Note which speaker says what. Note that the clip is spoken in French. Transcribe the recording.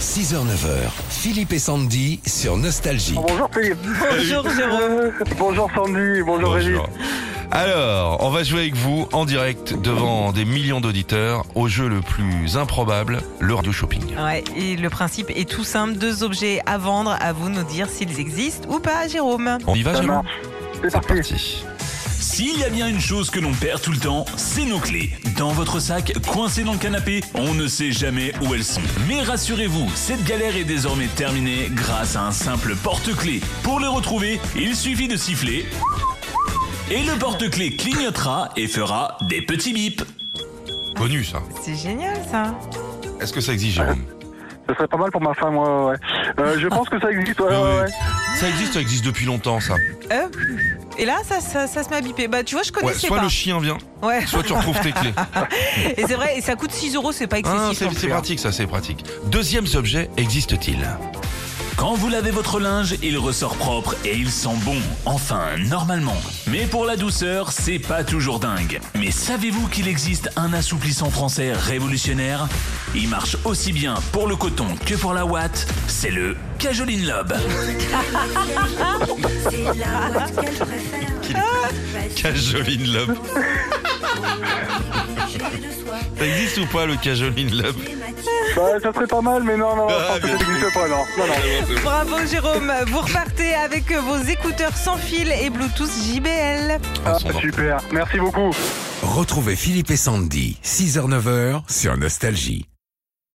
Speaker 1: 6h-9h, Philippe et Sandy sur Nostalgie.
Speaker 2: Oh, Bonjour Philippe. Euh,
Speaker 3: Bonjour Jérôme.
Speaker 2: Bonjour Sandy. Bonjour Rémi.
Speaker 4: Bonjour. Alors, on va jouer avec vous en direct devant des millions d'auditeurs au jeu le plus improbable, le radio shopping.
Speaker 3: Ouais, et le principe est tout simple, deux objets à vendre, à vous de nous dire s'ils existent ou pas Jérôme.
Speaker 4: On y va,
Speaker 2: Ça
Speaker 4: Jérôme
Speaker 2: marche. C'est
Speaker 4: C'est
Speaker 2: parti.
Speaker 4: parti.
Speaker 5: S'il y a bien une chose que l'on perd tout le temps, c'est nos clés. Dans votre sac, coincées dans le canapé, on ne sait jamais où elles sont. Mais rassurez-vous, cette galère est désormais terminée grâce à un simple porte-clés. Pour les retrouver, il suffit de siffler. Et le porte-clés clignotera et fera des petits bips.
Speaker 4: Connu ça.
Speaker 3: C'est génial ça.
Speaker 4: Est-ce que ça existe, Jérôme
Speaker 2: Ce serait pas mal pour ma femme. Ouais, ouais, ouais. Euh, je pense que ça existe. Ouais,
Speaker 4: Non,
Speaker 2: ouais,
Speaker 4: mais
Speaker 2: ouais.
Speaker 4: Ça existe, ça existe depuis longtemps ça.
Speaker 3: Euh, et là ça, ça, ça se m'a bipé. Bah tu vois je
Speaker 4: Ouais,
Speaker 3: connaissais
Speaker 4: soit
Speaker 3: pas. Ah,
Speaker 4: le chien vient,
Speaker 3: Ouais.
Speaker 4: soit tu retrouves tes clés.
Speaker 3: Et c'est vrai, et ça coûte 6 euros, c'est pas excessif.
Speaker 4: Ah,
Speaker 3: non
Speaker 4: c'est c'est
Speaker 3: plus, hein.
Speaker 4: pratique ça, c'est pratique. Deuxième objet, existe-t-il
Speaker 5: Quand vous lavez votre linge, il ressort propre et il sent bon. Enfin, normalement. Mais pour la douceur, c'est pas toujours dingue. Mais savez-vous qu'il existe un assouplissant français révolutionnaire Il marche aussi bien pour le coton que pour la ouate. C'est le Cajoline Lobe.
Speaker 6: C'est la boîte qu'elle préfère.
Speaker 4: Cajoline Love. Ça existe ou pas le Cajoline Love
Speaker 2: Bah, ça serait pas mal, mais non, non,
Speaker 4: Ah,
Speaker 2: je pense
Speaker 4: bien
Speaker 2: que ça n'existe pas. Non, non, non.
Speaker 3: Bravo Jérôme, vous repartez avec vos écouteurs sans fil et Bluetooth JBL.
Speaker 2: Ah,
Speaker 4: son nom.
Speaker 2: super. Merci beaucoup.
Speaker 1: Retrouvez Philippe et Sandy, 6h-9h sur Nostalgie.